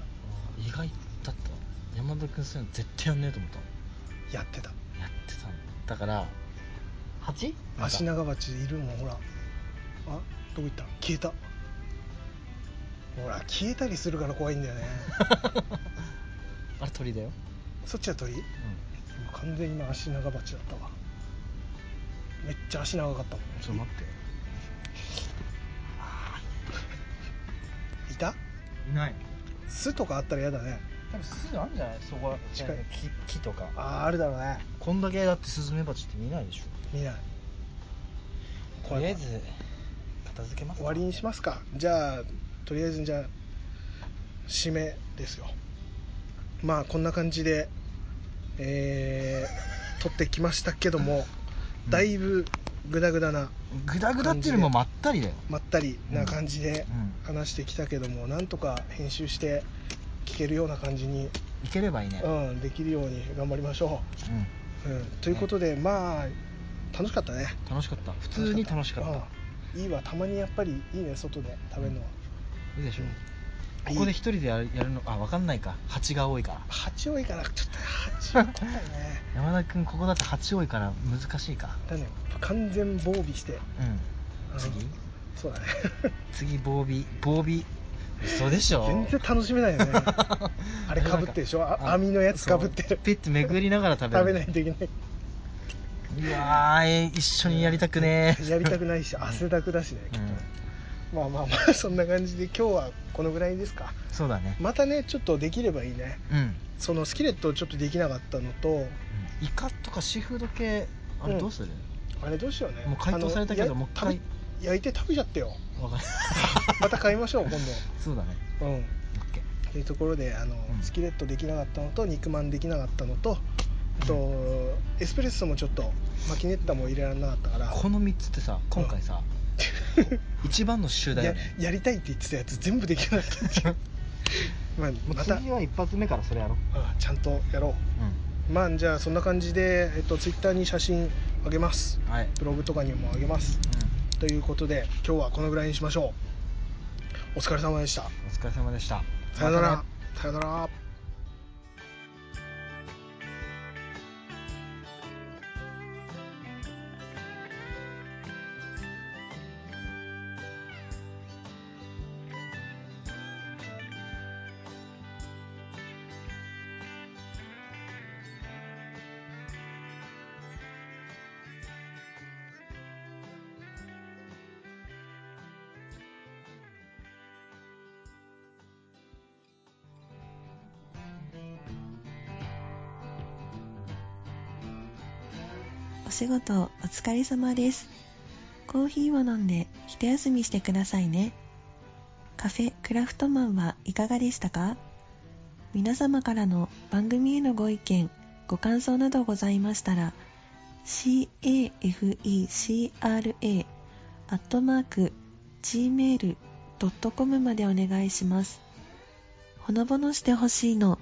Speaker 1: 意外だった山田君そういうの絶対やんねえと思った
Speaker 2: やってた
Speaker 1: やってたのだから蜂
Speaker 2: 足長鉢いるもんほらあどこ行った消えたほら消えたりするから怖いんだ よね
Speaker 1: あれ鳥だよ、
Speaker 2: そっちは鳥今
Speaker 1: う
Speaker 2: 完全に今足長鉢だったわめっちゃ足長かったもん
Speaker 1: ん、ちょっと待って
Speaker 2: いた
Speaker 1: いない
Speaker 2: 巣とかあったら嫌だね
Speaker 1: 多分すぐあるんじゃないそこは
Speaker 2: 近い
Speaker 1: 木木とか
Speaker 2: あああるだろうね
Speaker 1: こんだけだってスズメバチって見ないでしょ
Speaker 2: 見ない
Speaker 1: と
Speaker 2: 怖い
Speaker 1: りあ
Speaker 2: 怖
Speaker 1: え
Speaker 2: い
Speaker 1: ず片付けます
Speaker 2: 終わりにしますかじゃあとりあえずじゃあ締めですよまあこんな感じでえー、撮ってきましたけども
Speaker 1: うん
Speaker 2: だいぶグダグダな
Speaker 1: グダグダっていうよりもまったりだよ
Speaker 2: まったりな感じで
Speaker 1: うん
Speaker 2: 話してきたけどもなんとか編集して聞けるような感じに、
Speaker 1: いければいいね
Speaker 2: うん、できるように頑張りましょ
Speaker 1: うん
Speaker 2: う、うん、ということでまあ楽しかったね
Speaker 1: 楽しかった普通に楽しかった
Speaker 2: うんいいわたまにやっぱりいいね外で食べるのは、
Speaker 1: いいでしょ、
Speaker 2: うん
Speaker 1: ここで一人でやるやるのあ分かんないか蜂が多いから
Speaker 2: 八多いかなちょっと八は怖いね
Speaker 1: 山田君ここだと蜂多いから難しいか
Speaker 2: だね完全防備して
Speaker 1: うん
Speaker 2: あの
Speaker 1: 次
Speaker 2: そうだね
Speaker 1: 次防備防備嘘でしょ
Speaker 2: 全然楽し めないよねあれかぶってでしょあ網のやつかぶっ
Speaker 1: そう
Speaker 2: て
Speaker 1: ピッてめぐりながら食べ
Speaker 2: 食べ
Speaker 1: る
Speaker 2: ないといけない
Speaker 1: いやーえー一緒にやりたくねえ
Speaker 2: やりたくないし汗だくだしねきっとまあまあま あそんな感じで今日はこのぐらいですか
Speaker 1: そうだね
Speaker 2: またねちょっとできればいいね
Speaker 1: うんうん
Speaker 2: そのスキレットちょっとできなかったのと
Speaker 1: イカとかシーフード系あ
Speaker 2: う
Speaker 1: れ
Speaker 2: ん
Speaker 1: どうする、
Speaker 2: あれどうしようね
Speaker 1: もう解凍されたけ
Speaker 2: あの
Speaker 1: ども
Speaker 2: や
Speaker 1: う一回
Speaker 2: 食べ焼いて食べちゃってよ
Speaker 1: わ かる
Speaker 2: また買いましょう今
Speaker 1: そうだね
Speaker 2: 度うん
Speaker 1: オッケー
Speaker 2: というところであの、
Speaker 1: うん
Speaker 2: スキレットできなかったのと肉まんできなかったのとあと、エスプレッソもちょっとマキネッタも入れられなかったから
Speaker 1: この3つってさ今回さ、一番の集だよ
Speaker 2: や
Speaker 1: ね
Speaker 2: やりたいって言ってたやつ全部できなかっ たっていうまあ
Speaker 1: もう
Speaker 2: また
Speaker 1: 次は一発目からそれやろう
Speaker 2: あちゃんとやろ
Speaker 1: う
Speaker 2: うまあじゃあそんな感じで、えっと、ツイッターに写真あげます
Speaker 1: んはい、
Speaker 2: ブログとかにもあげますということで今日はこのぐらいにしましょうお疲れ様でした
Speaker 1: お疲れ様でした
Speaker 2: さよなら、
Speaker 1: またね
Speaker 2: さよなら
Speaker 3: お仕事お疲れ様です。コーヒーを飲んで一休みしてくださいね。カフェクラフトマンはいかがでしたか皆様からの番組へのご意見、ご感想などございましたら、cafecra.gmail.com までお願いします。ほのぼのしてほしいの